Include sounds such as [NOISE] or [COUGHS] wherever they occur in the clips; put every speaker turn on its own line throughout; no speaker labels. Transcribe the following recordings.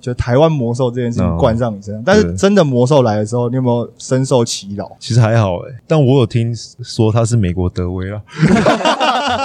就台湾魔兽这件事情
嗯
灌上你身上。但是
对
真的魔兽来的时候，你有没有深受其扰？
其实还好诶、但我有听说他是美国德威啊啦。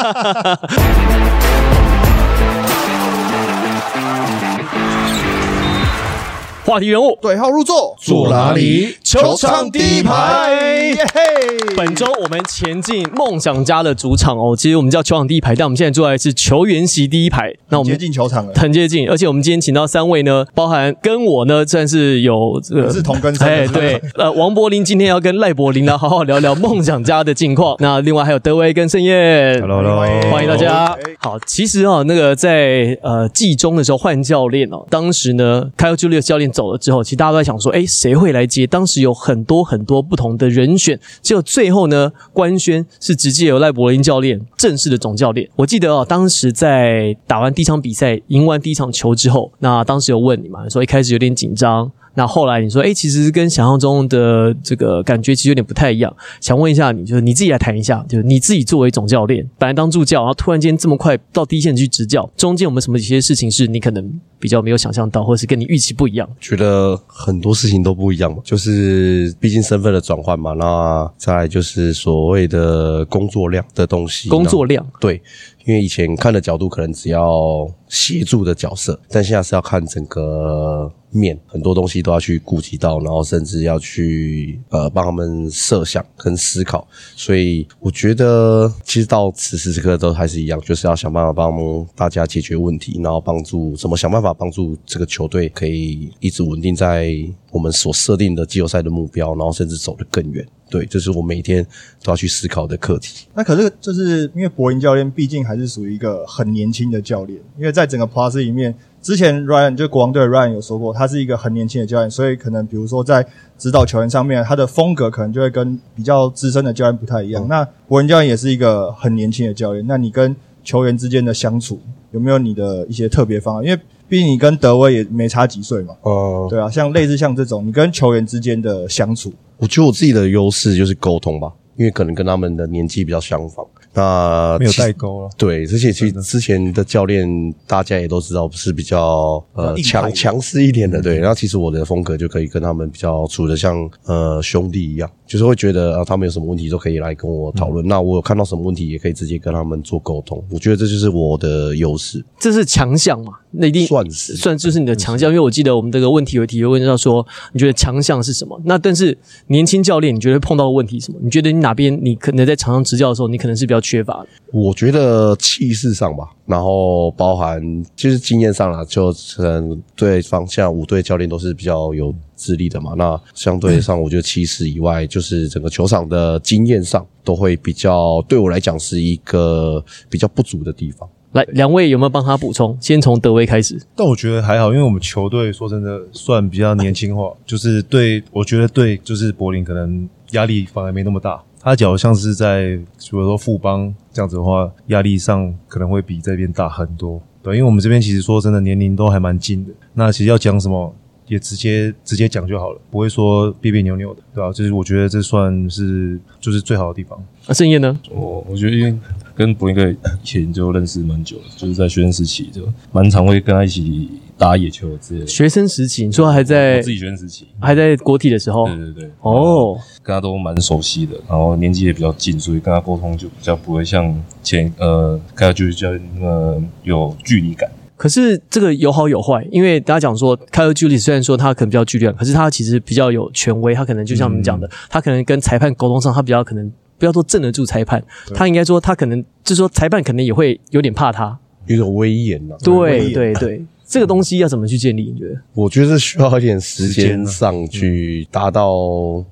话题人物。
对号入座，
坐哪里？
球场第一排，耶嘿！
本周我们前进梦想家的主场哦，其实我们叫球场第一排，但我们现在坐在是球员席第一排。那我
接
们
近球场了，
很接近，而呃且我们今天请到三位呢，包含跟我呢算是有这个
是同根生的
[LAUGHS] 哎，对，呃，王柏林今天要跟赖柏林来好好聊聊梦想家的近况。那另外还有德威跟盛燕
Hello Hello，
欢迎大家
OK。
好，其实啊，那个在呃季中的时候换教练哦，当时呢，开 i 朱利 o 教练走了之后，其实大家都在想说，哎，谁会来接？当时有很多很多不同的人选，结果最后呢，官宣是直接由赖柏林教练正式的总教练。我记得啊，当时在打完第一场比赛，赢完第一场球之后，那当时有问你嘛，说一开始有点紧张。那后来你说，哎、其实跟想象中的这个感觉其实有点不太一样。想问一下你，就是你自己来谈一下，就是你自己作为总教练，本来当助教，然后突然间这么快到第一线去执教，中间有没有什么一些事情是你可能比较没有想象到，或是跟你预期不一样？
觉得很多事情都不一样嘛，就是毕竟身份的转换嘛，那再来就是所谓的工作量的东西，
工作量
对，因为以前看的角度可能只要协助的角色，但现在是要看整个面，很多东西都要去顾及到，然后甚至要去呃帮他们设想跟思考。所以我觉得，其实到此时此刻都还是一样，就是要想办法帮大家解决问题，然后帮助怎么想办法帮助这个球队可以一直稳定在我们所设定的季后赛的目标，然后甚至走得更远。对，这是我每天都要去思考的课题。
那可是就是因为博林教练毕竟还是属于一个很年轻的教练，因为在整个 Plus 里面，之前 Ryan 就国王队的 Ryan 有说过，他是一个很年轻的教练，所以可能比如说在指导球员上面，他的风格可能就会跟比较资深的教练不太一样。那博林教练也是一个很年轻的教练，那你跟球员之间的相处有没有你的一些特别方案？因为毕竟你跟德威也没差几岁嘛，
哦、
对啊，像类似像这种你跟球员之间的相处，
我觉得我自己的优势就是沟通吧，因为可能跟他们的年纪比较相仿。那
没有
其实
代沟啊了。
对，而且其实之前的教练大家也都知道是比较呃
比较硬派
强强势一点的，对。然后其实我的风格就可以跟他们比较处的像呃兄弟一样，就是会觉得啊、他们有什么问题都可以来跟我讨论。那我有看到什么问题也可以直接跟他们做沟通，我觉得这就是我的优势。
这是强项嘛？那一定
算是
算就是你的强项，因为我记得我们这个问题有一题有问到说，你觉得强项是什么？那但是年轻教练，你觉得碰到的问题是什么？你觉得你哪边你可能在场上执教的时候，你可能是比较缺乏的？
我觉得气势上吧，然后包含就是经验上啦，就可能对方像五队教练都是比较有资历的嘛，那相对上我觉得气势以外，就是整个球场的经验上都会比较，对我来讲是一个比较不足的地方。
来，两位有没有帮他补充？先从德威开始。
但我觉得还好，因为我们球队说真的算比较年轻
[LAUGHS]
化，就是对我觉得对就是柏林可能压力反而没那么大。他假如像是在比如说富邦这样子的话，压力上可能会比这边大很多。对，因为我们这边其实说真的年龄都还蛮近的，那其实要讲什么也直接直接讲就好了，不会说别别扭扭的，对吧、就是我觉得这算是就是最好的地方。
啊，盛燕呢？
我我觉得因为跟博英哥以前就认识蛮久了，就是在学生时期就蛮常会跟他一起打野球之类的。
学生时期，你说还在
我自己学生时期，
还在国体的时候
对，
嗯
对对，
哦，
跟他都蛮熟悉的，然后年纪也比较近，所以跟他沟通就比较不会像前呃，跟他就是教练那么有距离感。
可是这个有好有坏，因为大家讲说，凯尔居里虽然说他可能比较剧烈，可是他其实比较有权威，他可能就像你们讲
嗯
的，他可能跟裁判沟通上，他比较可能不要说镇得住裁判，他应该说他可能就是说裁判可能也会有点怕他，
有点威严啊了、
对对对，这个东西要怎么去建立？你觉得？
我觉得是需要一点时
时间
间嗯
啊
上去达到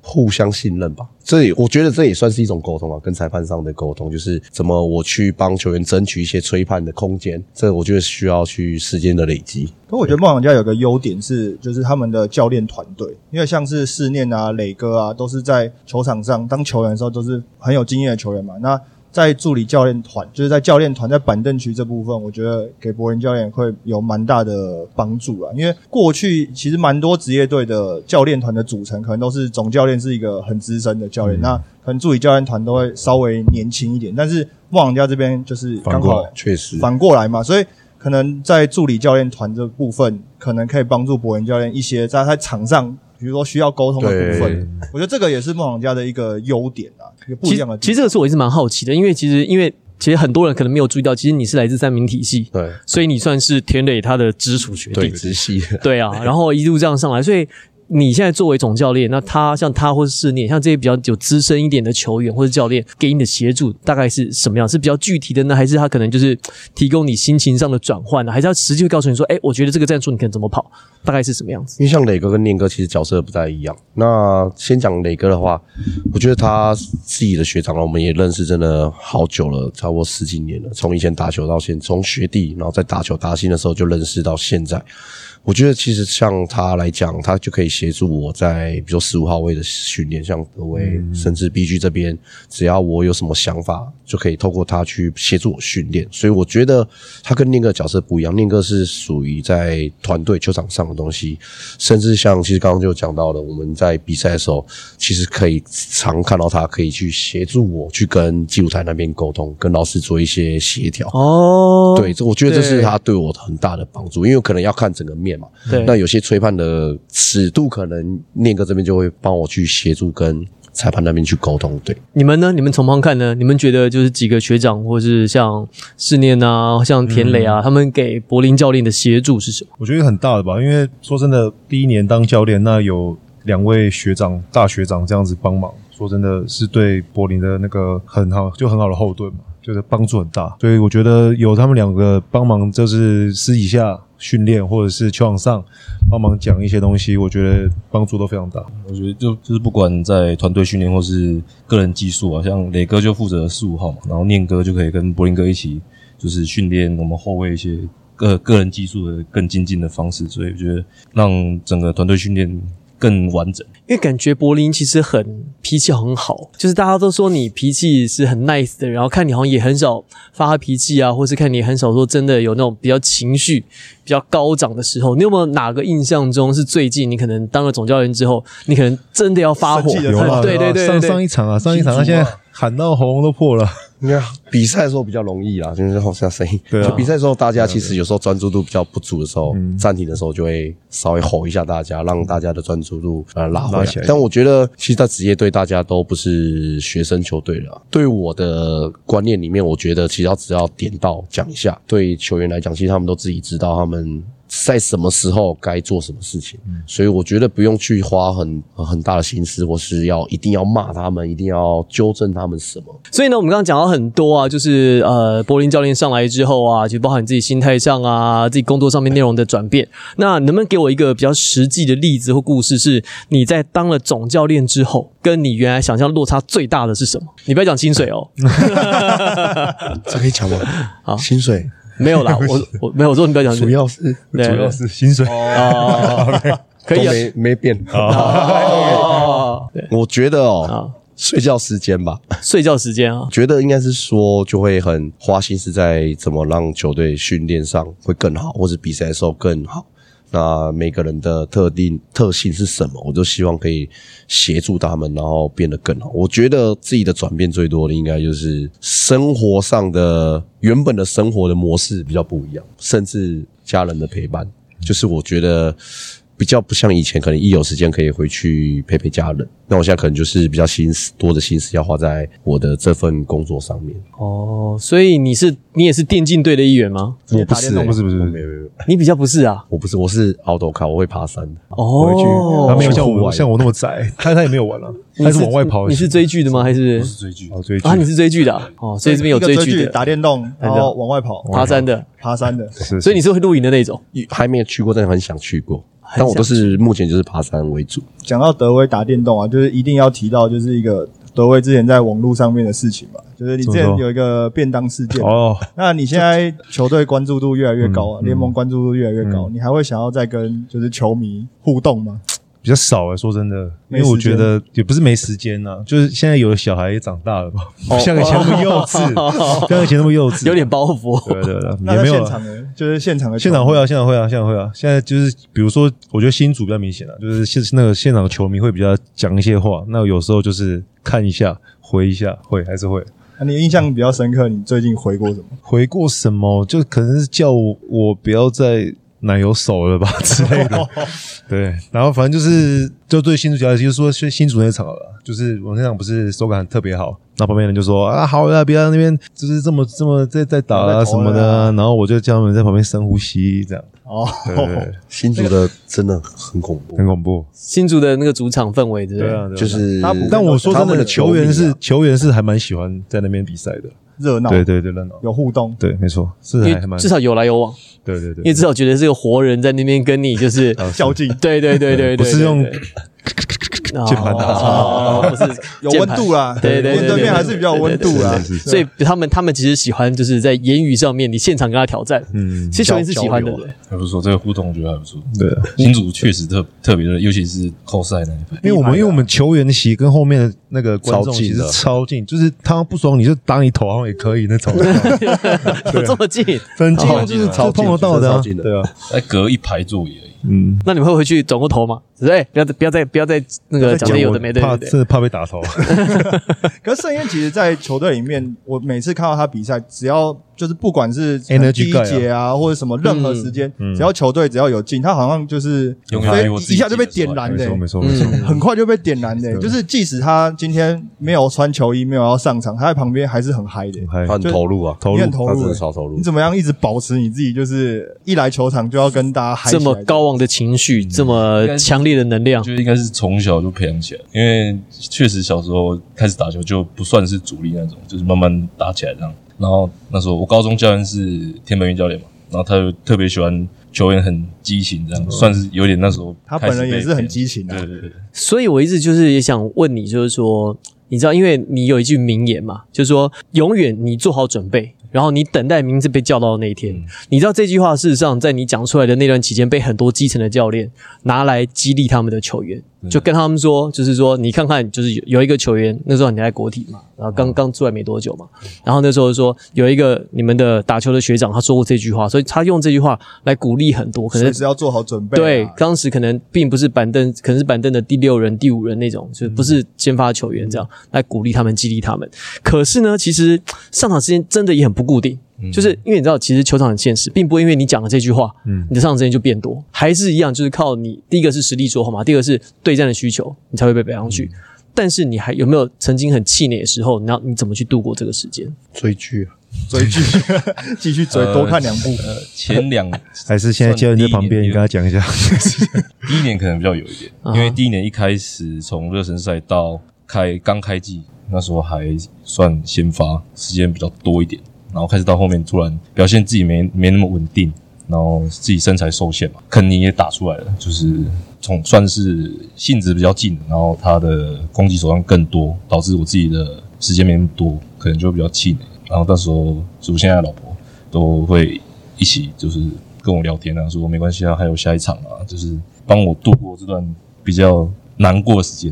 互相信任吧。这也我觉得这也算是一种沟通啊，跟裁判上的沟通，就是怎么我去帮球员争取一些吹判的空间，这我觉得需要去时间的累积。
可我觉得梦想家有个优点是，就是他们的教练团队，因为像是思念啊、磊哥啊，都是在球场上当球员的时候都是很有经验的球员嘛。那在助理教练团，就是在教练团在板凳区这部分，我觉得给博文教练会有蛮大的帮助啊。因为过去其实蛮多职业队的教练团的组成，可能都是总教练是一个很资深的教
嗯
练，那可能助理教练团都会稍微年轻一点。但是梦想家这边就是
反
刚
过
好
来
确实，
反过来嘛，所以可能在助理教练团这部分，可能可以帮助博文教练一些在他场上，比如说需要沟通的部
对
分。我觉得这个也是梦想家的一个优点啊，一个不
其
一
实
样的地方。
其实这个是我一直蛮好奇的，因为其实因为其实很多人可能没有注意到，其实你是来自三明体系，
对
所以你算是田磊他的直属学
对
弟，
直系的
对啊，然后一路这样上来，所以你现在作为总教练，那他像他或是你像这些比较有资深一点的球员或者教练，给你的协助大概是什么样？是比较具体的呢，还是他可能就是提供你心情上的转换呢？啊还是他实际会告诉你说，哎，我觉得这个战术你可能怎么跑，大概是什么样子？
因为像磊哥跟念哥其实角色不太一样。那先讲磊哥的话，我觉得他自己的学长，我们也认识真的好久了，差不多十几年了，从以前打球到现从学弟，然后在打球打新的时候就认识到现在。我觉得其实像他来讲，他就可以协助我在比如说十五号位的训练，像德威、甚至 BG 这边，只要我有什么想法，就可以透过他去协助我训练。所以我觉得他跟另一个角色不一样，另一个是属于在团队球场上的东西，甚至像其实刚刚就讲到了，我们在比赛的时候，其实可以常看到他可以去协助我去跟记录台那边沟通，跟老师做一些协调。
哦，
对，这我觉得这是
对
他对我很大的帮助，因为可能要看整个面嘛。
对
那有些吹判的尺度，可能念哥这边就会帮我去协助跟裁判那边去沟通。对，
你们呢？你们从旁看呢？你们觉得就是几个学长，或是像世念啊、像田磊啊，他们给柏林教练的协助是什么？
我觉得很大的吧，因为说真的，第一年当教练，那有两位学长、大学长这样子帮忙，说真的是对柏林的那个很好，就很好的后盾嘛，就是帮助很大。所以我觉得有他们两个帮忙，就是私底下训练或者是球场上帮忙讲一些东西，我觉得帮助都非常大。
我觉得就就是不管在团队训练或是个人技术啊，像磊哥就负责十五号嘛，然后念哥就可以跟柏林哥一起就是训练我们后卫一些个个人技术的更精进的方式，所以我觉得让整个团队训练更完整。
因为感觉柏林其实很脾气很好，就是大家都说你脾气是很 nice 的，然后看你好像也很少发脾气啊，或是看你很少说真的有那种比较情绪比较高涨的时候。你有没有哪个印象中是最近你可能当了总教练之后，你可能真的要发火？
生气的
有
时
啦，
候
对对对
上
对
上
对，
一场啊，上一场他现在喊到喉咙都破了。
应该比赛的时候比较容易啦，就是好像声音。
对啊嗯
就比赛的时候，大家其实有时候专注度比较不足的时候，暂停的时候就会稍微吼一下大家，让大家的专注度呃拉回
拉
来
起来。
但我觉得，其实在职业队大家都不是学生球队了啊。对我的观念里面，我觉得其实要只要点到讲一下，对球员来讲，其实他们都自己知道他们。在什么时候该做什么事情，
嗯
所以我觉得不用去花很呃很大的心思，或是要一定要骂他们，一定要纠正他们什么。
所以呢，我们刚刚讲到很多啊，就是呃，柏林教练上来之后啊，就包含你自己心态上啊，自己工作上面内容的转变。那能不能给我一个比较实际的例子或故事，是你在当了总教练之后，跟你原来想象落差最大的是什么？你不要讲薪水哦，
这可以讲吗？
好
薪水
没有啦，我我没有我说你不要讲薪
主
水，
要是
对
主要是薪水，
哦，可以啊，
都没没变。 [LAUGHS]
哦，对
我觉得哦，
啊，
睡觉时间吧， [LAUGHS]
睡觉时间啊，
觉得应该是说就会很花心思在怎么让球队训练上会更好，或者比赛的时候更好。那每个人的特定特性是什么，我就希望可以协助他们，然后变得更好。我觉得自己的转变最多的应该就是生活上的原本的生活的模式比较不一样，甚至家人的陪伴，就是我觉得比较不像以前，可能一有时间可以回去陪陪家人。那我现在可能就是比较心思多的心思要花在我的这份工作上面。
哦，所以你是你也是电竞队的一员吗？
我不
打
是、
电动
欸，
不是不是不
我
是
没有没有，没有
你比较不是啊，
我不是，我是 outdoor 卡，我会爬山的。
哦，
回去
他没有
去
像
户
我
外
像我那么宅，他他也没有玩了，
你
他是往外跑。
你是追剧的吗？还是
这是追剧，
哦追剧
啊？你是追剧的啊哦，所以这边有
一个追
剧的，
打电动，然后往外跑，
爬山的，
爬山的。
是，
所以
你
你是会露营的那种。
还没有去过，但很想去过。
很
但我都
想
是目前就是爬山为主。
讲到德威打电动啊，就是一定要提到就是一个德威之前在网络上面的事情嘛，就是你之前
怎么说
有一个便当事件嘛，
哦，
那你现在球队关注度越来越高啊，
嗯
联、盟关注度越来越高，你还会想要再跟就是球迷互动吗？
比较少哎、说真的，因
没
为我
时
觉
间
得也不是没时间呐、就是现在有的小孩也长大了嘛，不像以前那么幼稚，不像以前那么幼稚，
有点包袱。
对对对，
那
也
在
没有
现
啦。
场呢，就是现场的球
现
迷
场会啊，现场会啊，现场会啊。现在就是，比如说，我觉得新主比较明显啊，就是现那个现场球迷会比较讲一些话。那有时候就是看一下，回一下，会还是会。
啊你印象比较深刻，你最近回过什么？
回过什么？就可能是叫我我不要再奶油手了吧 [LAUGHS] 之类
[LAUGHS]
的。对，然后反正就是就对新竹教练，就是说去新竹那场好了，就是我那场不是手感特别好，那旁边人就说啊，好了，不要那边就是这么这么在在打啊
在
什
投了啊
么的啊、然后我就叫他们在旁边深呼吸，这样
哦，
对对对
新竹的真的很恐怖，
很恐怖。
[LAUGHS] 新竹的那个主场氛围，对不对？
啊，
就是
他不
但我说
他
真
们
的，
的
球
球迷
员
啊
是球员是还蛮喜欢在那边比赛的。
[LAUGHS] 热闹，
对对对，热闹。
有互动，
对，没错，是
哦因
还还
为
蛮
至少有来有往，
对对对，
因为至少觉得是个活人在那边跟你
[LAUGHS]
就是，
较劲，
对对对对对，
不是
对
用
对
键盘打
字
哦哦哦不是
[LAUGHS]
有
键
温
盘
啊
度啦，
对对对
面对面还是比较有温度啦
对对对是是。
所以他们他们其实喜欢就是在言语上面，你现场跟他挑战，
嗯，
其实球员是喜欢的
交流
啊
人。
还不错，这个互动我觉得还不错。
对啊，
新竹确实特特别热，尤其是扣赛那一排，
因为我们因为我们球员席跟后面的那个观众
超近
其实
的
超近，就是他不爽你就打你头好像也可以那
[LAUGHS]
种，啊
有这么近，
很近啊，
超
就
近
是
的
这碰得到啊
超近的
对啊，
哎，隔一排座椅而已。
嗯，
那你们会回去转过头吗？只是哎，不要再不要再不要再那个讲这有的没的，
怕
对不
真
对？
的怕被打头，啊
可是盛彦其实，在球队里面，我每次看到他比赛，只要就是不管是
Energy
第一节啊，或者什么任何时间，只要球队只要有进，他好像就是
永远有
所以
自己
一下就被点燃
没
的、
错没错没错，
嗯，
很快就被点燃的、就是即使他今天没有穿球衣，没有要上场，他在旁边还是很嗨的、
嗨
他很投入啊，
投
你
入
很投
他真
入、
的
欸。
超投入
你。怎么样一直保持你自己，就是一来球场就要跟大家嗨起
这
来
么高昂的情
嗯
绪，这么强烈的能量
我，觉得应该是从小就培养起来，因为确实小时候开始打球就不算是主力那种，就是慢慢打起来这样。然后那时候我高中教练是天本运教练嘛，然后他就特别喜欢球员很激情这样，算是有点那时候
嗯他本人也是很激情
情。
的、
对
啊，
对对，
所以我一直就是也想问你，就是说，你知道，因为你有一句名言嘛，就是说，永远你做好准备，然后你等待名字被叫到的那一天。你知道这句话，事实上在你讲出来的那段期间，被很多基层的教练拿来激励他们的球员，就跟他们说，就是说，你看看，就是有有一个球员，那时候你在国体嘛，然后刚刚出来没多久嘛，然后那时候说有一个你们的打球的学长，他说过这句话，所以他用这句话来鼓励很多，可能
随时要做好准备、啊。
对，当时可能并不是板凳，可能是板凳的第六人、第五人那种，就是不是先发球员这样、来鼓励他们、激励他们。可是呢，其实上场时间真的也很不固定，就是因为你知道，其实球场很现实，并不会因为你讲了这句话，你的上场时间就变多，还是一样，就是靠你第一个是实力说话嘛，第二个是对战的需求，你才会被摆上去。但是你还有没有曾经很气馁的时候？你要你怎么去度过这个时间？
追剧啊，
追剧， [LAUGHS] 继续追，多看两部。
呃，前
[LAUGHS]
两
还是现在教练在旁边，你跟他讲一下，
[LAUGHS] 第一年可能比较有一点，
啊哈
因为第一年一开始从热身赛到开刚开季，那时候还算先发，时间比较多一点，然后开始到后面突然表现自己没没那么稳定，然后自己身材受限嘛，肯尼也打出来了，就是从算是性子比较近，然后他的攻击手段更多，导致我自己的时间没那么多，可能就比较气馁。然后那时候，就我现在的老婆都会一起就是跟我聊天啊，说没关系啊，还有下一场啊，就是帮我度过这段比较难过的时间。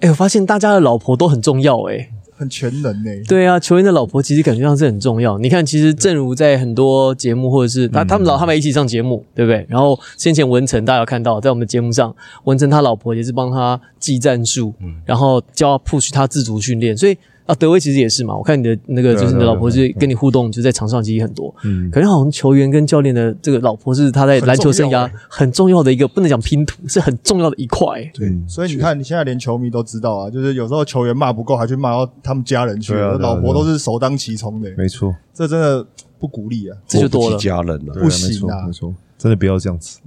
哎、我发现大家的老婆都很重要哎、
很全能欸呢、
对啊，球员的老婆其实感觉上是很重要。你看，其实正如在很多节目，或者是他他们老他们一起上节目，对不对？然后先前文成大家有看到，在我们的节目上，文成他老婆也是帮他记战术，然后教他 push 他自主训练。所以啊，德威其实也是嘛。我看你的那个
对啊
就是你的
对啊
老婆就是跟你互动，就在场上其实很多。
嗯，
可是好像球员跟教练的这个老婆是他在篮球生涯
很重
很重要的一个，不能讲拼图，是很重要的一块。
对
所以你看，你现在连球迷都知道啊，就是有时候球员骂不够，还去骂到他们家人去，
对啊对啊
老婆都是首当其冲的、
[LAUGHS]
欸
没错，
这真的不鼓励啊。
这就多了
活不及家人了
对。啊
不行啊
没错没错，真的不要这样
[LAUGHS]
子，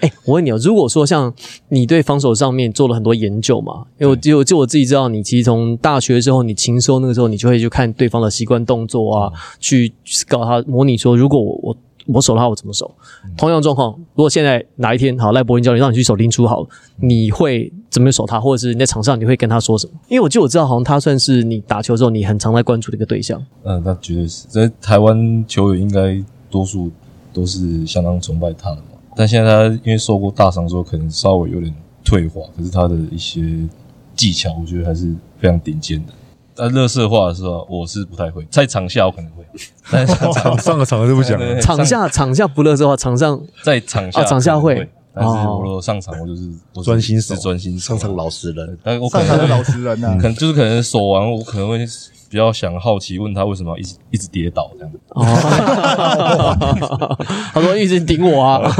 哎、我问你哦，如果说像你对防守上面做了很多研究嘛，因为我就就我自己知道，你其实从大学的时候，你勤收那个时候，你就会去看对方的习惯动作啊，去搞他模拟说，如果我我我守他，我怎么守？同样的状况，如果现在哪一天好赖柏林教练让你去守林书豪，你会怎么守他，或者是你在场上你会跟他说什么？因为我就我知道，好像他算是你打球的时候你很常在关注的一个对象。
嗯、那绝对是在台湾球员应该多数都是相当崇拜他的嘛。但现在他因为受过大伤之后，可能稍微有点退化，可是他的一些技巧，我觉得还是非常顶尖的。但热色化的时候，我是不太会，在场下我可能会，但是
上个场合就不讲
对
了，
对
场下场下不乐的话，场上 [LAUGHS]
在场下
啊场下
可能
会
会，但是
哦
我如果上场，我就是我是
专心
是
手
专心手
上场，老实人，
但我可
上
能
场的老实人啊呐、
[LAUGHS] 可能就是可能手完，我可能会比较想好奇问他为什么要一直一直跌倒这样。
哦，他说一直顶我啊，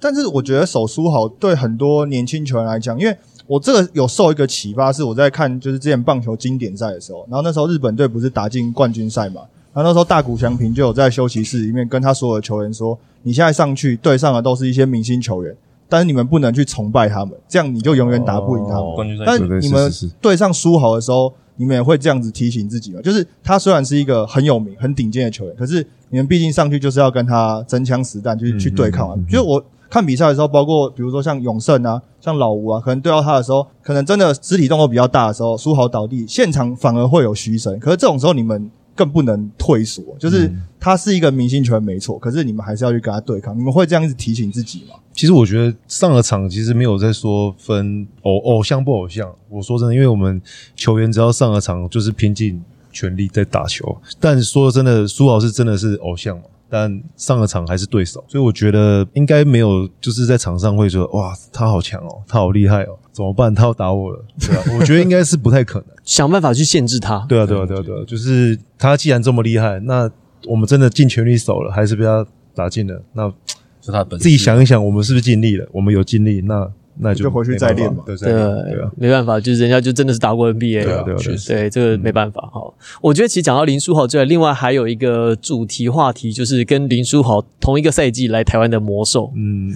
但是我觉得手书好对很多年轻球员来讲，因为我这个有受一个启发，是我在看就是之前棒球经典赛的时候，然后那时候日本队不是打进冠军赛嘛，然后那时候大谷翔平就有在休息室里面跟他所有的球员说：“你现在上去对上的都是一些明星球员，但是你们不能去崇拜他们，这样你就永远打不赢他们。
哦
冠军赛
但
对对
你
是
们
是是
对上苏豪的时候，你们也会这样子提醒自己嘛？就是他虽然是一个很有名、很顶尖的球员，可是你们毕竟上去就是要跟他真枪实弹，就是去对
嗯
抗啊。就是我看比赛的时候，包括比如说像永胜啊、像老吴啊，可能对到他的时候，可能真的肢体动作比较大的时候，苏豪倒地，现场反而会有嘘声。可是这种时候，你们更不能退缩，就是
嗯
他是一个明星球员没错，可是你们还是要去跟他对抗。你们会这样一直提醒自己吗？
其实我觉得上了场其实没有在说分偶偶像不偶像。我说真的，因为我们球员只要上了场就是拼尽全力在打球。但说真的，苏老师真的是偶像嘛？但上了场还是对手，所以我觉得应该没有就是在场上会说哇他好强哦，他好厉害哦，怎么办？他要打我了，对吧、啊我觉得应该是不太可能。
想办法去限制他。
对啊，对啊，对啊，对啊，就是他既然这么厉害，那我们真的尽全力守了，还是被他打进了，那
就他的本事
自己想一想，我们是不是尽力了？我们有尽力，那那就
就回去再练嘛
嘛，对
对
再练对啊，
没办法，就是人家就真的是打过 NBA
对
了
啊，对啊，对啊。
对，这个没办法哈。我觉得其实讲到林书豪之外，另外还有一个主题话题，就是跟林书豪同一个赛季来台湾的魔兽，
嗯，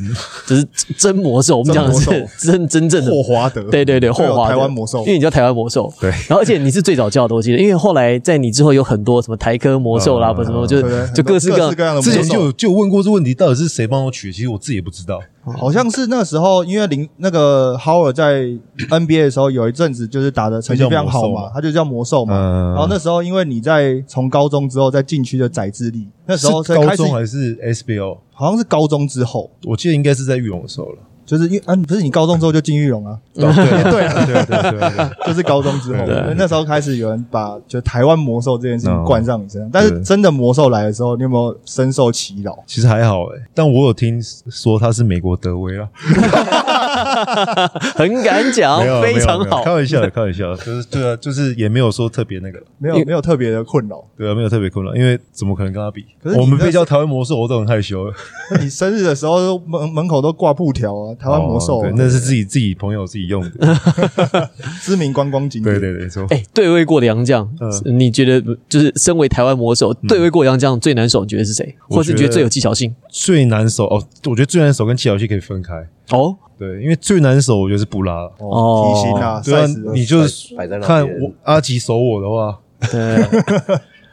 就是真魔兽。我们讲的
真
是
魔兽
[LAUGHS] 真真正的
霍华德，
对对对，
会有
霍华德
台湾魔兽
因为你叫台湾魔兽，对，然后而且你是最早叫的，我记得，因为后来在你之后有很多什么台科魔兽啦，
嗯
不、什么，
对
就
对
就各式各
各
样
式各样的魔兽
之前就有就有问过这问题，到底是谁帮我取？其实我自己也不知道。
好像是那时候，因为林那个 Howard
[COUGHS]
在 NBA 的时候，有一阵子就是打的成绩非常好嘛，他就叫魔兽嘛。
嗯，
然后那时候，因为你在从高中之后在禁区的宰制力，那时候
是
才开
高
始
中，啊还是 SBO？
好像是高中之后，
我记得应该是在玉龙的
[LAUGHS]
时候了。
就是因为啊，不是你高中之后就进狱勇
[LAUGHS]
啊，
对啊对啊对啊对啊对啊对啊，
就是高中之后，
对嗯
对那时候开始有人把就台湾魔兽这件事情冠上你身上。但是
对
真的魔兽来的时候，你有没有深受其扰？
其实还好诶，但我有听说他是美国德威啦。
[LAUGHS] 很敢讲
没有，
非常
没有没有
好
开。玩笑的，开玩笑的，就是对啊，就是也没有说特别那个，
没有没有特别的困扰。
对啊，没有特别困难，因为怎么可能跟他比？
可是你
我们
那
被
时
叫台湾魔兽，我都很害羞了。
那你生日的时候门门口都挂布条啊，台
台
湾魔兽啊
哦那是自己自己朋友自己用的。
[LAUGHS] 知名观光景点
对。对对，说
哎、对位过杨绛，
嗯
你觉得就是身为台湾魔兽，对位过杨绛最难守，你觉得是谁？
我
或是你
觉
觉得
得
最有技巧性？
最难守哦，我觉得最难守跟七小戏可以分开。
哦，
对，因为最难守我觉得是布拉。
哦，体型啊，
对啊
size 啊，
你就是
呃摆摆在那
看
边
我阿吉守我的话，
对，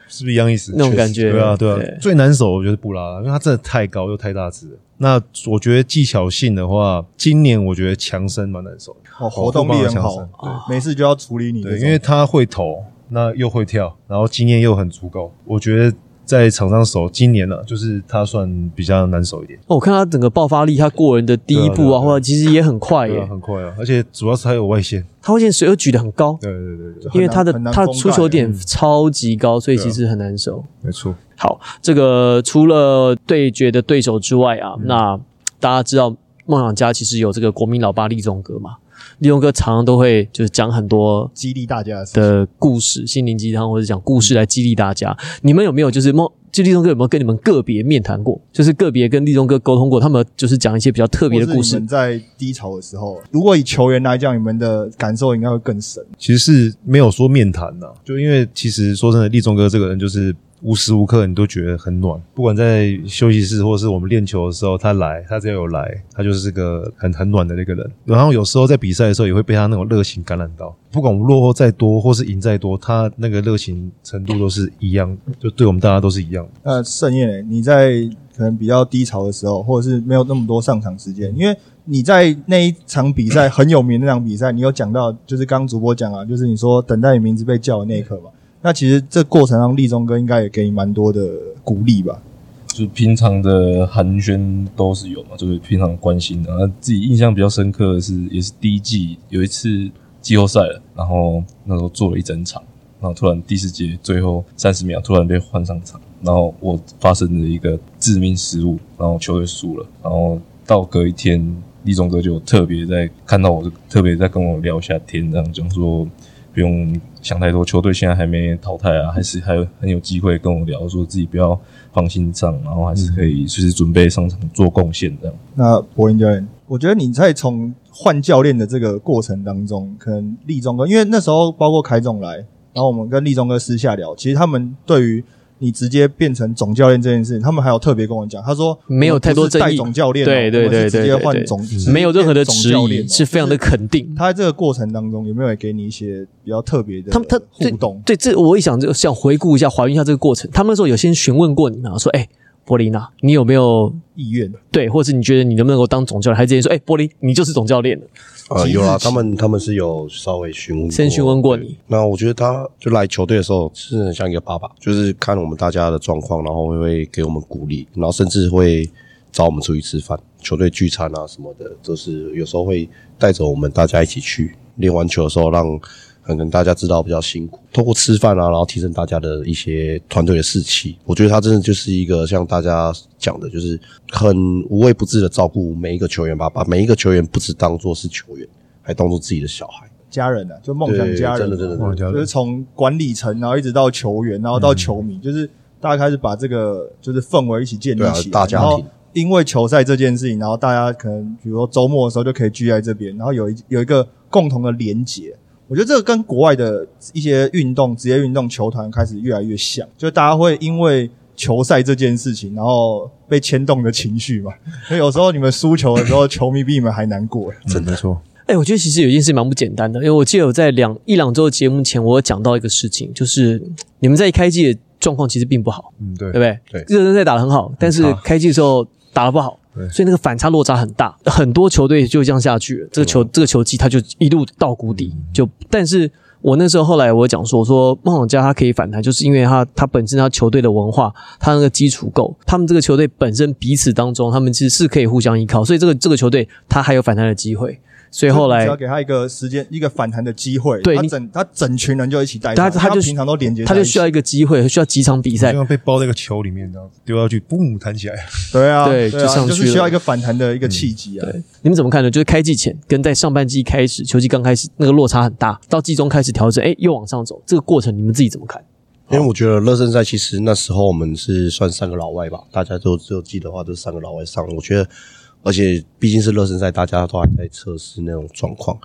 是不是一样意思？
那种感觉
对啊，对
对
啊，最难守我觉得是布拉，因为他真的太高又太大只了。那我觉得技巧性的话，今年我觉得强森蛮难守的。
哦，活动力很
强
好
森，
没事就要处理你这
对，
种。
因为他会投，那又会跳，然后经验又很足够，我觉得在场上守今年呢、啊就是他算比较难守一点，
[LAUGHS] 哦我看他整个爆发力，他过人的第一步
对啊
啊，
对啊
或者其实也很快
对啊，
耶，
很快啊，而且主要是他有外线，
他会现在水又举得很高。
对啊对对对，
很难
因为他的
很难
他的
封
出球
盖
点超级高，所以
嗯对啊
其实很难守。
没错，
好，这个除了对决的对手之外啊，
嗯
那大家知道梦想家其实有这个国民老爸立宗哥嘛，立宗哥常常都会就是讲很多
激励大家的事情。
的故事、心灵鸡汤或者讲故事来激励大家。你们有没有就是梦？就立宗哥有没有跟你们个别面谈过？就是个别跟立宗哥沟通过，他们就是讲一些比较
特
特别的故事
你们。在低潮的时候，如果以球员来讲，你们的感受应该会更深。
其实是没有说面谈呐、就因为其实说真的，立中哥这个人就是。无时无刻你都觉得很暖，不管在休息室或是我们练球的时候，他来，他只要有来，他就是个很很暖的那个人。然后有时候在比赛的时候，也会被他那种热情感染到。不管我们落后再多，或是赢再多，他那个热情程度都是一样，就对我们大家都是一样的。
那呃盛宴呢？你在可能比较低潮的时候，或者是没有那么多上场时间，因为你在那一场比赛很有名的那场比赛，你有讲到，就是刚刚主播讲啊，就是你说等待你名字被叫的那一刻嘛。那其实这过程中，立中哥应该也给你蛮多的鼓励吧？
就平常的寒暄都是有嘛，就是平常关心的。然后自己印象比较深刻的是，也是第一季有一次季后赛了，然后那时候做了一整场，然后突然第四节最后三十秒突然被换上场，然后我发生了一个致命失误，然后球队输了，然后到隔一天立中哥就有特别在看到我，就特别在跟我聊一下天，这样讲说不用想太多，球队现在还没淘汰啊，还是还有很有机会跟我聊，说自己不要放心上，然后还是可以随时准备上场做贡献这样。
那柏林教练，我觉得你在从换教练的这个过程当中，可能立中哥，因为那时候包括凯总来，然后我们跟立中哥私下聊，其实他们对于你直接变成总教练这件事，他们还有特别跟我讲，他说
没有太多
我们不是
争
带
议
总教练哦，
对对
我们是
对对
直接
对对
换总，
没有任何的
直
迟
接变总教练
疑，
哦
是非常的。
就是
肯定。
他在这个过程当中有没有给你一些比较特别的
他们他
互动？
对这，我也想就想回顾一下，还原一下这个过程。他们那时候有先询问过你嘛，说：“哎、柏林啊，你有没有
意愿？
对，或是你觉得你能不能够当总教练？”还是直接说：“哎、柏林，你就是总教练了。
呃，有啦，他们他们是有稍微询问”过，
先询问过你，
那我觉得他就来球队的时候是很像一个爸爸，就是看我们大家的状况，然后会给我们鼓励，然后甚至会找我们出去吃饭、球队聚餐啊什么的，就是有时候会带着我们大家一起去练完球的时候，让可能大家知道比较辛苦，透过吃饭啊，然后提升大家的一些团队的士气。我觉得他真的就是一个像大家讲的，就是很无微不至的照顾每一个球员吧，把每一个球员不只当做是球员，还当做自己的小孩。
家人啊，就梦想
对
家人，
真的真的真的
我觉
就是
得
从管理层，然后一直到球员，然后到球迷，就是大家开始把这个就是氛围一起建立
对啊
起来，
大家
然后
庭
因为球赛这件事情，然后大家可能比如说周末的时候就可以聚在这边，然后有一有一个共同的连结。我觉得这个跟国外的一些运动、职业运动球团开始越来越像，就大家会因为球赛这件事情，然后被牵动的情绪嘛。 [LAUGHS] 因为有时候你们输球的时候，球迷比你们还难过。
真没错，
哎、我觉得其实有一件事蛮不简单的，因为我记得我在两一两周的节目前，我有讲到一个事情，就是你们在一开季的状况其实并不好，
嗯，对
对不，对？
对
热身赛打得很好，但是
差
开季的时候打得不好
对，
所以那个反差落差很大，很多球队就这样下去了。这个球这个球季他就一路到谷底，就但是。我那时候后来我讲说，我说梦想家他可以反弹，就是因为他他本身他球队的文化，他那个基础够，他们这个球队本身彼此当中，他们其实是可以互相依靠，所以这个这个球队他还有反弹的机会。所以后
就你
来
只要给他一个时间，一个反弹的机会，
对
他
你
整他整群人就一起带
他
他
他就
平常都连接在
他
一起，
就需要一个机会，需要几场比赛
就，像被包在一个球里面这样子丢下去，嘣弹起来，
对啊，
对
啊
就上去
就是需
了
要一个反弹的一个契机啊。
对，你们怎么看呢？就是开季前跟在上半季开始，球季刚开始那个落差很大，到季中开始调整，哎，又往上走，这个过程你们自己怎么看？
因为我觉得热身赛其实那时候我们是算三个老外吧，大家都只有记得话，就是三个老外上。我觉得，而且毕竟是热身赛，大家都还在测试那种状况。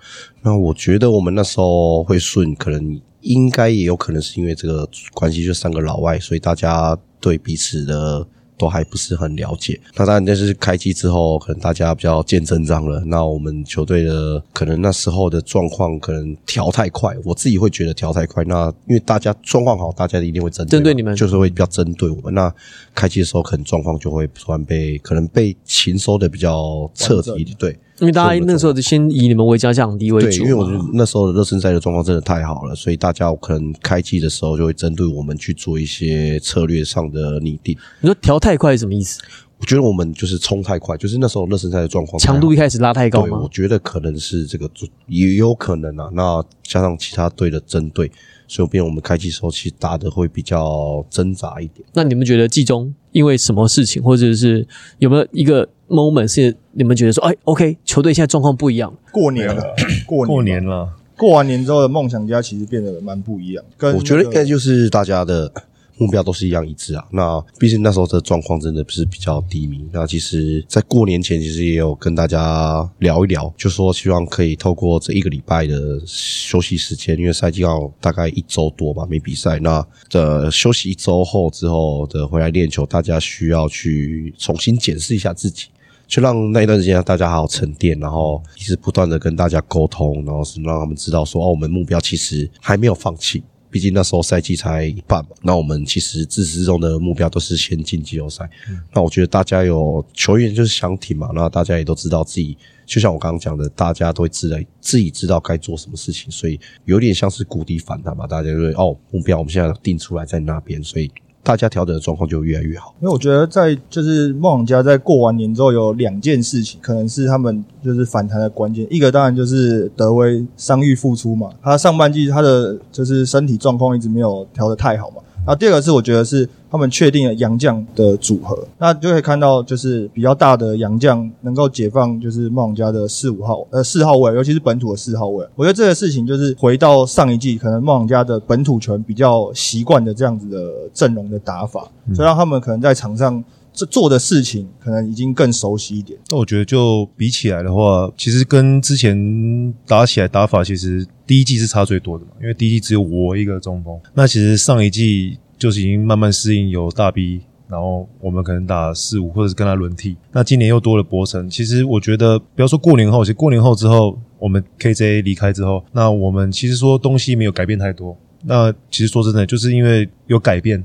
那我觉得我们那时候会顺，可能应该也有可能是因为这个关系，就三个老外，所以大家对彼此的都还不是很了解。那当然，就是开机之后，可能大家比较见真章了。那我们球队的可能那时候的状况可能调太快，我自己会觉得调太快。那因为大家状况好，大家一定会针对
针对
嘛
你们
就是会比较针对我们。那开机的时候，可能状况就会突然被可能被擒收的比较彻底一点，对。
因为大家那时候就先以你们为假想敌为
对，
主
因
嘛，
为我觉得那时候的热身赛的状况真的太好了，所以大家可能开季的时候就会针对我们去做一些策略上的拟定。
你说调太快是什么意思？
我觉得我们就是冲太快，就是那时候热身赛的状况太好
强度一开始拉太高
对，我
吗？
觉得可能是这个也有可能啊。那加上其他队的针对，所以变我们开季时候其实打的会比较挣扎一点。
那你们觉得季中因为什么事情，或者是有没有一个 moment 是你们觉得说，哎，OK，球队现在状况不一样，
过年了，过
过
年
年
了，
了，
过完年之后的梦想家其实变得蛮不一样。跟
我觉得应该
那个
就是大家的目标都是一样一致啊。那毕竟那时候的状况真的是比较低迷。那其实，在过年前其实也有跟大家聊一聊，就说希望可以透过这一个礼拜的休息时间，因为赛季要大概一周多吧，没比赛。那呃，休息一周后之后的回来练球，大家需要去重新检视一下自己。就让那一段时间大家好好沉淀，然后一直不断的跟大家沟通，然后是让他们知道说，哦，我们目标其实还没有放弃。毕竟那时候赛季才一半嘛，那我们其实自始至终的目标都是先进季后赛。那我觉得大家有球员就是想挺嘛，那大家也都知道自己，就像我刚刚讲的，大家都会自然自己知道该做什么事情，所以有点像是谷底反弹嘛，大家就会哦目标我们现在定出来在那边，所以大家调整的状况就越来越好。
因为我觉得在就是梦想家在过完年之后有两件事情，可能是他们就是反弹的关键。一个当然就是德威伤愈复出嘛，他上半季他的就是身体状况一直没有调得太好嘛，啊，第二个是我觉得是他们确定了洋将的组合，那就可以看到就是比较大的洋将能够解放就是梦想家的四五号呃四号位，尤其是本土的四号位。我觉得这个事情就是回到上一季可能梦想家的本土球员比较习惯的这样子的阵容的打法，
嗯
所以让他们可能在场上。这做的事情可能已经更熟悉一点，
那我觉得就比起来的话，其实跟之前打起来打法，其实第一季是差最多的嘛，因为第一季只有我一个中锋，那其实上一季就是已经慢慢适应有大 B，然后我们可能打四五或者是跟他轮替，那今年又多了博城，其实我觉得不要说过年后，其实过年后之后，我们 KJ 离开之后，那我们其实说东西没有改变太多，那其实说真的，就是因为有改变，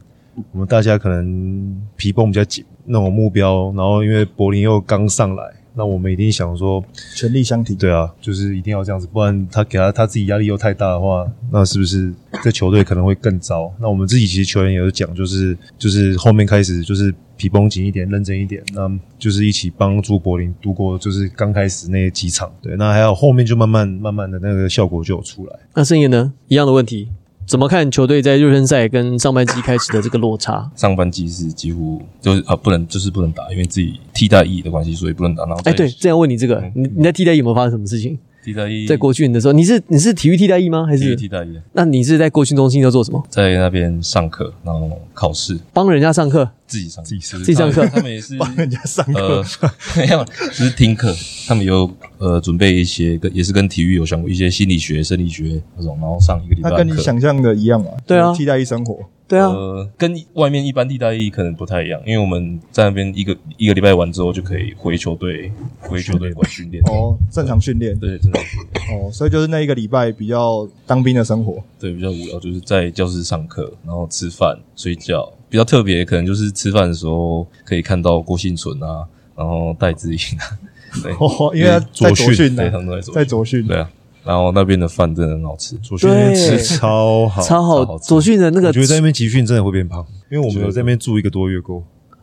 我们大家可能皮绷比较紧，那种目标，然后因为柏林又刚上来，那我们一定想说，
全力相挺。
对啊，就是一定要这样子，不然他给他他自己压力又太大的话，那是不是这球队可能会更糟？那我们自己其实球员也有讲，就是就是后面开始就是皮绷紧一点，认真一点，那就是一起帮助柏林度过就是刚开始那几场，对，那还有后面就慢慢慢慢的那个效果就有出来。
那盛彦呢？一样的问题，怎么看球队在热身赛跟上半季开始的这个落差？
上半季是几乎就是啊不能就是不能打，因为自己替代役的关系，所以不能打。然后
哎，
在
对，这样问你这个，你你在替代役有没有发生什么事情？
替代役
在国训的时候，你是你是体育替代役吗？还
体育
是
替代役
那你是在国训中心要做什么？
在那边上课，然后考试
帮人家上课？
自己上自己自
自己上课
他们也是
帮人家上课
呃， [LAUGHS] 没有，就是听课，他们有呃准备一些跟也是跟体育有相关一些心理学、生理学那种，然后上一个礼拜
那
的课。
跟你想象的一样嘛？
对啊
就是替代役生活。
对啊，
呃，跟外面一般地带役可能不太一样，因为我们在那边一个一个礼拜完之后就可以回球队，回球队馆训练。
哦，正常训练
对，真的
哦，所以就是那一个礼拜比较当兵的生活，
对比较无聊，就是在教室上课，然后吃饭、睡觉。比较特别，可能就是吃饭的时候可以看到郭幸存啊，然后戴志颖啊， [LAUGHS] 对，
哦，因为他在
左
左
训
训呢
嗯对，他，们都在做
在左训。
对啊，然后那边的饭真的很好吃，
左训那边吃超好，
超
好
好。左训的那个
我觉得在那边集训真的会变胖，因为我们有在那边住一个多月过，哇，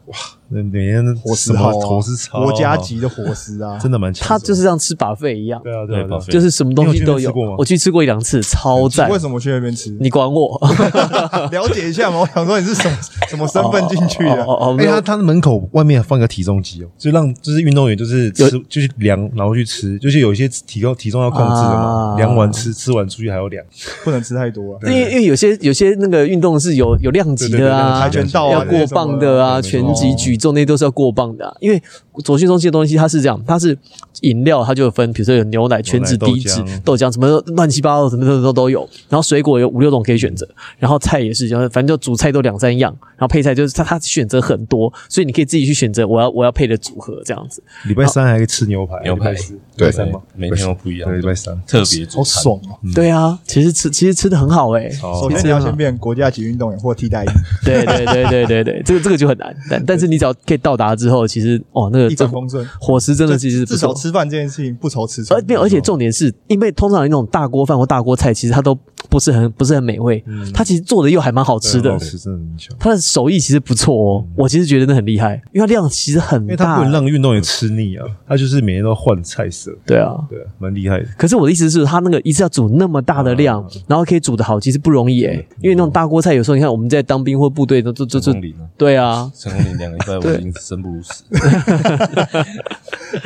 那每天
伙
什
食
么
好啊，
伙食超好
国家级的伙食 [LAUGHS] 啊，
真的蛮强的，
他就是像吃把费一样，
对啊对啊对啊
对
就是什么东西
你有去那
都
边吃
有
过吗。
我去吃过一两次，超赞
你为。什么去那边吃？
你管我？
[LAUGHS] 了解一下嘛？我想说你是什么什么身份进去的？
哦哦，没
哎、他
有，
他的门口外面放一个体重机哦，就让就是运动员就是吃就是量，然后去吃，就是有一些体重体重要控制的嘛，
啊
量完吃，吃完出去还要量。
不能吃太多啊了。
因为因为有些有些那个运动是有有量级的啊
跆，拳道啊
要过磅的啊，
对对对
拳击、举重那些都是要过磅的啊。因为左训中心的东西它是这样，它是饮料，它就有分，比如说有牛奶、全脂、
豆浆
低脂、豆浆，什么乱七八糟，什么都都都有。然后水果有五六种可以选择，然后菜也是，然后反正就主菜都两三样，然后配菜就是它它选择很多，所以你可以自己去选择我要我要配的组合这样子。
礼拜三还可以吃牛排，
哦牛排
礼拜四
对
礼拜三嘛，
每天都不一样
对礼拜三
特
好
别主餐。
爽哦！
对啊，其实吃其实吃的很好哎、
首哦先你要先变国家级运动员或替
[LAUGHS]
代役，
对对对对对对，这个这个就很难，但但是你只要可以到达之后，其实哦，那个
一帆风顺。
伙食真的其实不
至
错
少吃饭这件事情不愁吃穿
而。没有，而且重点是因为通常有那种大锅饭或大锅菜，其实它都不是很不是很美味，它其实做的又还蛮好吃
对
的
很好，吃真的很强，
它的手艺其实不错哦，我其实觉得那很厉害，因为它量其实很
因为他
大
不能，让运动员吃腻啊，他就是每天都换菜色，
对啊。
对啊，蛮厉害的。
可是我的意思是，它那个一次要煮那么大的量，然后可以煮的好，其实不容易诶、因为那种大锅菜，有时候你看我们在当兵或部队都都都
成
都
功，岭啊，
对啊，
成功岭
[LAUGHS]
两个礼拜我已经生不如死。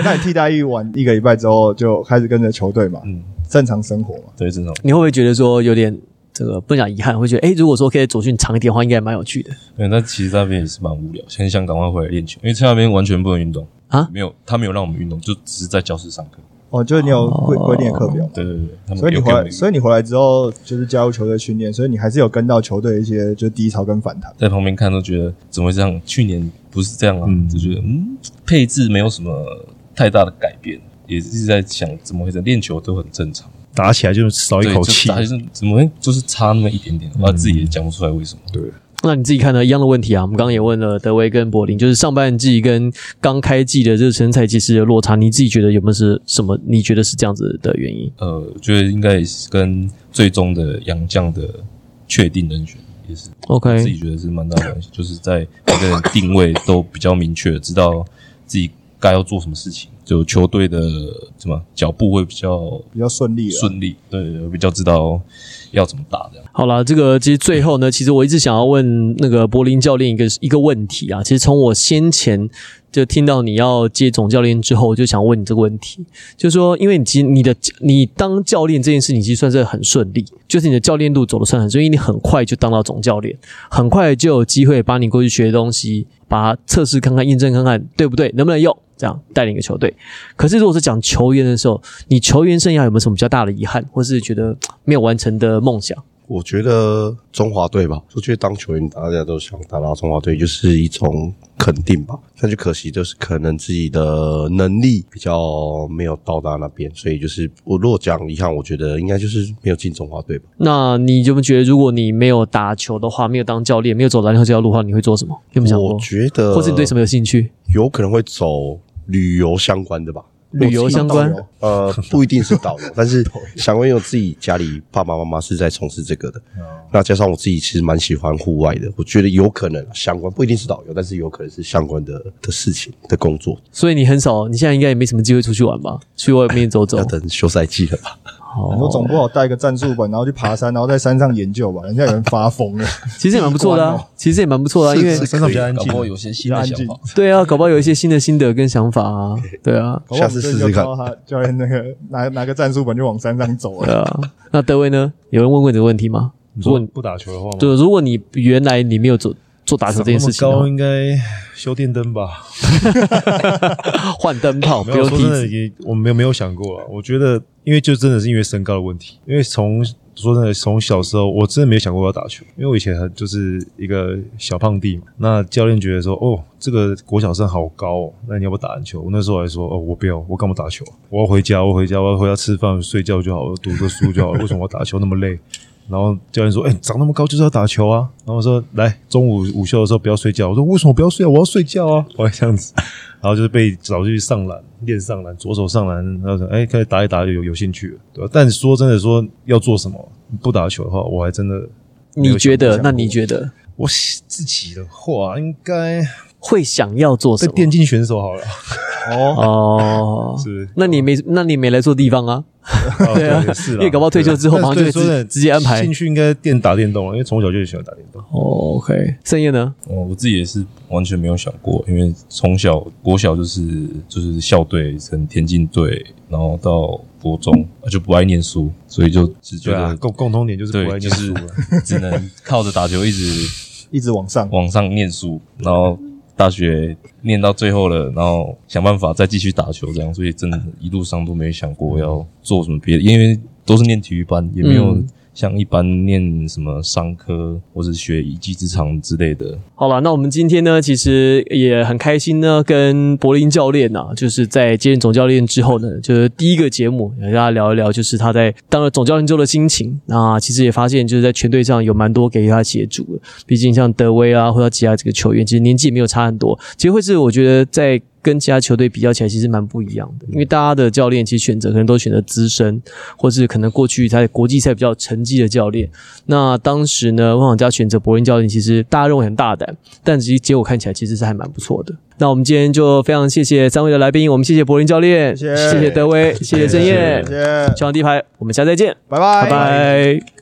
那你替代役完一个礼拜之后，就开始跟着球队嘛，
嗯，
正常生活嘛。
对，这种
你会不会觉得说有点这个不能讲遗憾，会觉得哎、诶如果说可以左训长一点的话，应该蛮有趣的
对，那其实那边也是蛮无聊，很想赶快回来练球，因为在那边完全不能运动
啊
没有，他没有让我们运动，就只是在教室上课。
哦，就是你有规
哦
规定的课表嘛。
对对对，他们
所以你
有
回
给我们
来，所以你回来之后就是加入球队训练，所以你还是有跟到球队一些就是低潮跟反弹。
在旁边看都觉得怎么会这样？去年不是这样啊，
嗯
就觉得嗯，配置没有什么太大的改变，也一直在想怎么回事，练球都很正常，
打起来就少一
对
口
就
气嗯
打，就是怎么会就是差那么一点点，我自己也讲不出来为什么。
那你自己看呢？一样的问题啊，我们刚刚也问了德威跟柏林，就是上半季跟刚开季的热身赛其实的落差，你自己觉得有没有是什么？你觉得是这样子的原因？
呃，我觉得应该也是跟最终的杨将的确定人选也是
OK
自己觉得是蛮大的关系，就是在每个人定位都比较明确，知道自己该要做什么事情，就球队的什么脚步会比较
比较顺利啊
啊
了。
顺利，对，对比较知道要怎么打这样。
好啦，这个其实最后呢，其实我一直想要问那个柏林教练一个一个问题啊。其实从我先前就听到你要接总教练之后，我就想问你这个问题，就是说，因为你其实你的你当教练这件事情其实算是很顺利，就是你的教练路走的算很顺，因为你很快就当到总教练，很快就有机会把你过去学的东西，把它测试看看、验证看看，对不对，能不能用。这样带领一个球队，可是如果是讲球员的时候，你球员生涯有没有什么比较大的遗憾，或是觉得嗯没有完成的梦想？
我觉得中华队吧，我觉得当球员大家都想打到中华队，就是一种肯定吧。但就可惜，就是可能自己的能力比较没有到达那边，所以就是我如果讲遗憾，我觉得应该就是没有进中华队吧。
那你有没有觉得，如果你没有打球的话，没有当教练，没有走篮球这条路的话，你会做什么？有没有想过？
我觉得，
或是你对什么有兴趣？
有可能会走旅游相关的吧。
旅游相关
导游
呃，不一定是导游，但是想因为我自己家里爸爸妈妈是在从事这个的，那加上我自己其实蛮喜欢户外的，我觉得有可能相关，不一定是导游，但是有可能是相关的的事情的工作，
所以你很少，你现在应该也没什么机会出去玩
[LAUGHS]
吧？去外面走走
要。等休赛季了吧？
哦
我总不好带个战术
哦
本，然后去爬山，然后在山上研究吧，人家有人发疯
[LAUGHS]
了。
其实也蛮不错的、
哦
啊，其实也蛮不错的、啊，因为
是
山上比较安
搞
静
不，好有些新的想法，
对啊，搞不好有一些新的心得跟想法
[LAUGHS]
啊，对啊，
搞不好我
下
们
次
真的
试
就
试看
靠他教练那个拿拿个战术本就往山上走
对
[LAUGHS]
了。
哦
啊。那德威呢？有人问过你的问题吗？
你
如
说
果你
不打球的话吗？
对，如果你原来你没有做做打球这件事
长
情
那
的
么
话
高，应该修电灯吧？
[LAUGHS] 换灯泡不
没有
用
说
梯
真的，
子，
也我没有没有想过啊。我觉得，因为就真的是因为身高的问题，因为从说真的，从小时候我真的没有想过要打球，因为我以前很就是一个小胖弟嘛。那教练觉得说，哦，这个国小生好高哦，那你要不要打篮球？我那时候还说，哦，我不要，我干嘛打球啊？我要回家，我要回家，我要回家吃饭睡觉就好了，读个书就好了，为什么我打球那么累？然后教练说：“哎、长那么高就是要打球啊。”然后我说：“来，中午午休的时候不要睡觉。”我说：“为什么不要睡啊？我要睡觉啊！”我还这样子，然后就是被找去上篮练上篮，左手上篮，然后说：“哎、开始打一打就有有兴趣了。”对吧？但说真的说要做什么，不打球的话，我还真的
你觉
没有
得？
想过
那你觉得
我自己的话，应该
会想要做什
在 [LAUGHS]
么？
电竞选手好了，
哦，
哦，
是不是？
那你没，那你没来错地方啊？
啊
对啊
是
因为搞不好退休之后马上就直直接安排
兴趣应该电打电动啊，因为从小就喜欢打电动。
哦，OK，盛宴呢？
哦我我自己也是完全没有想过，因为从小国小就是就是校队，成田径队，然后到国中啊就不爱念书，所以就只觉
对啊，
得
共共同点就是不爱
对，
念
就
书
是
了。
[LAUGHS] 只能靠着打球一直
一直往上。
哦
往上念书，然后大学念到最后了，然后想办法再继续打球，这样，所以真的一路上都没想过要做什么别的，因为都是念体育班，也没有
嗯
像一般念什么商科或者学一技之长之类的。
好了，那我们今天呢，其实也很开心呢，跟柏林教练啊，就是在接任总教练之后呢，就是第一个节目，也跟大家聊一聊，就是他在当了总教练之后的心情。那其实也发现，就是在全队上有蛮多给予他协助的，毕竟像德威啊，或者其他这个球员，其实年纪也没有差很多。其实会是我觉得在跟其他球队比较起来，其实蛮不一样
嗯
的，因为大家的教练其实选择可能都选择资深，或是可能过去在国际赛比较有成绩的教练。那当时呢，汪小佳选择柏林教练，其实大家认为很大胆。但其实结果看起来其实是还蛮不错的。那我们今天就非常谢谢三位的来宾，我们谢谢柏林教练，
谢谢
谢德威，谢谢郑燕
谢，谢，
球场第一排，我们下次再见，
拜拜
拜拜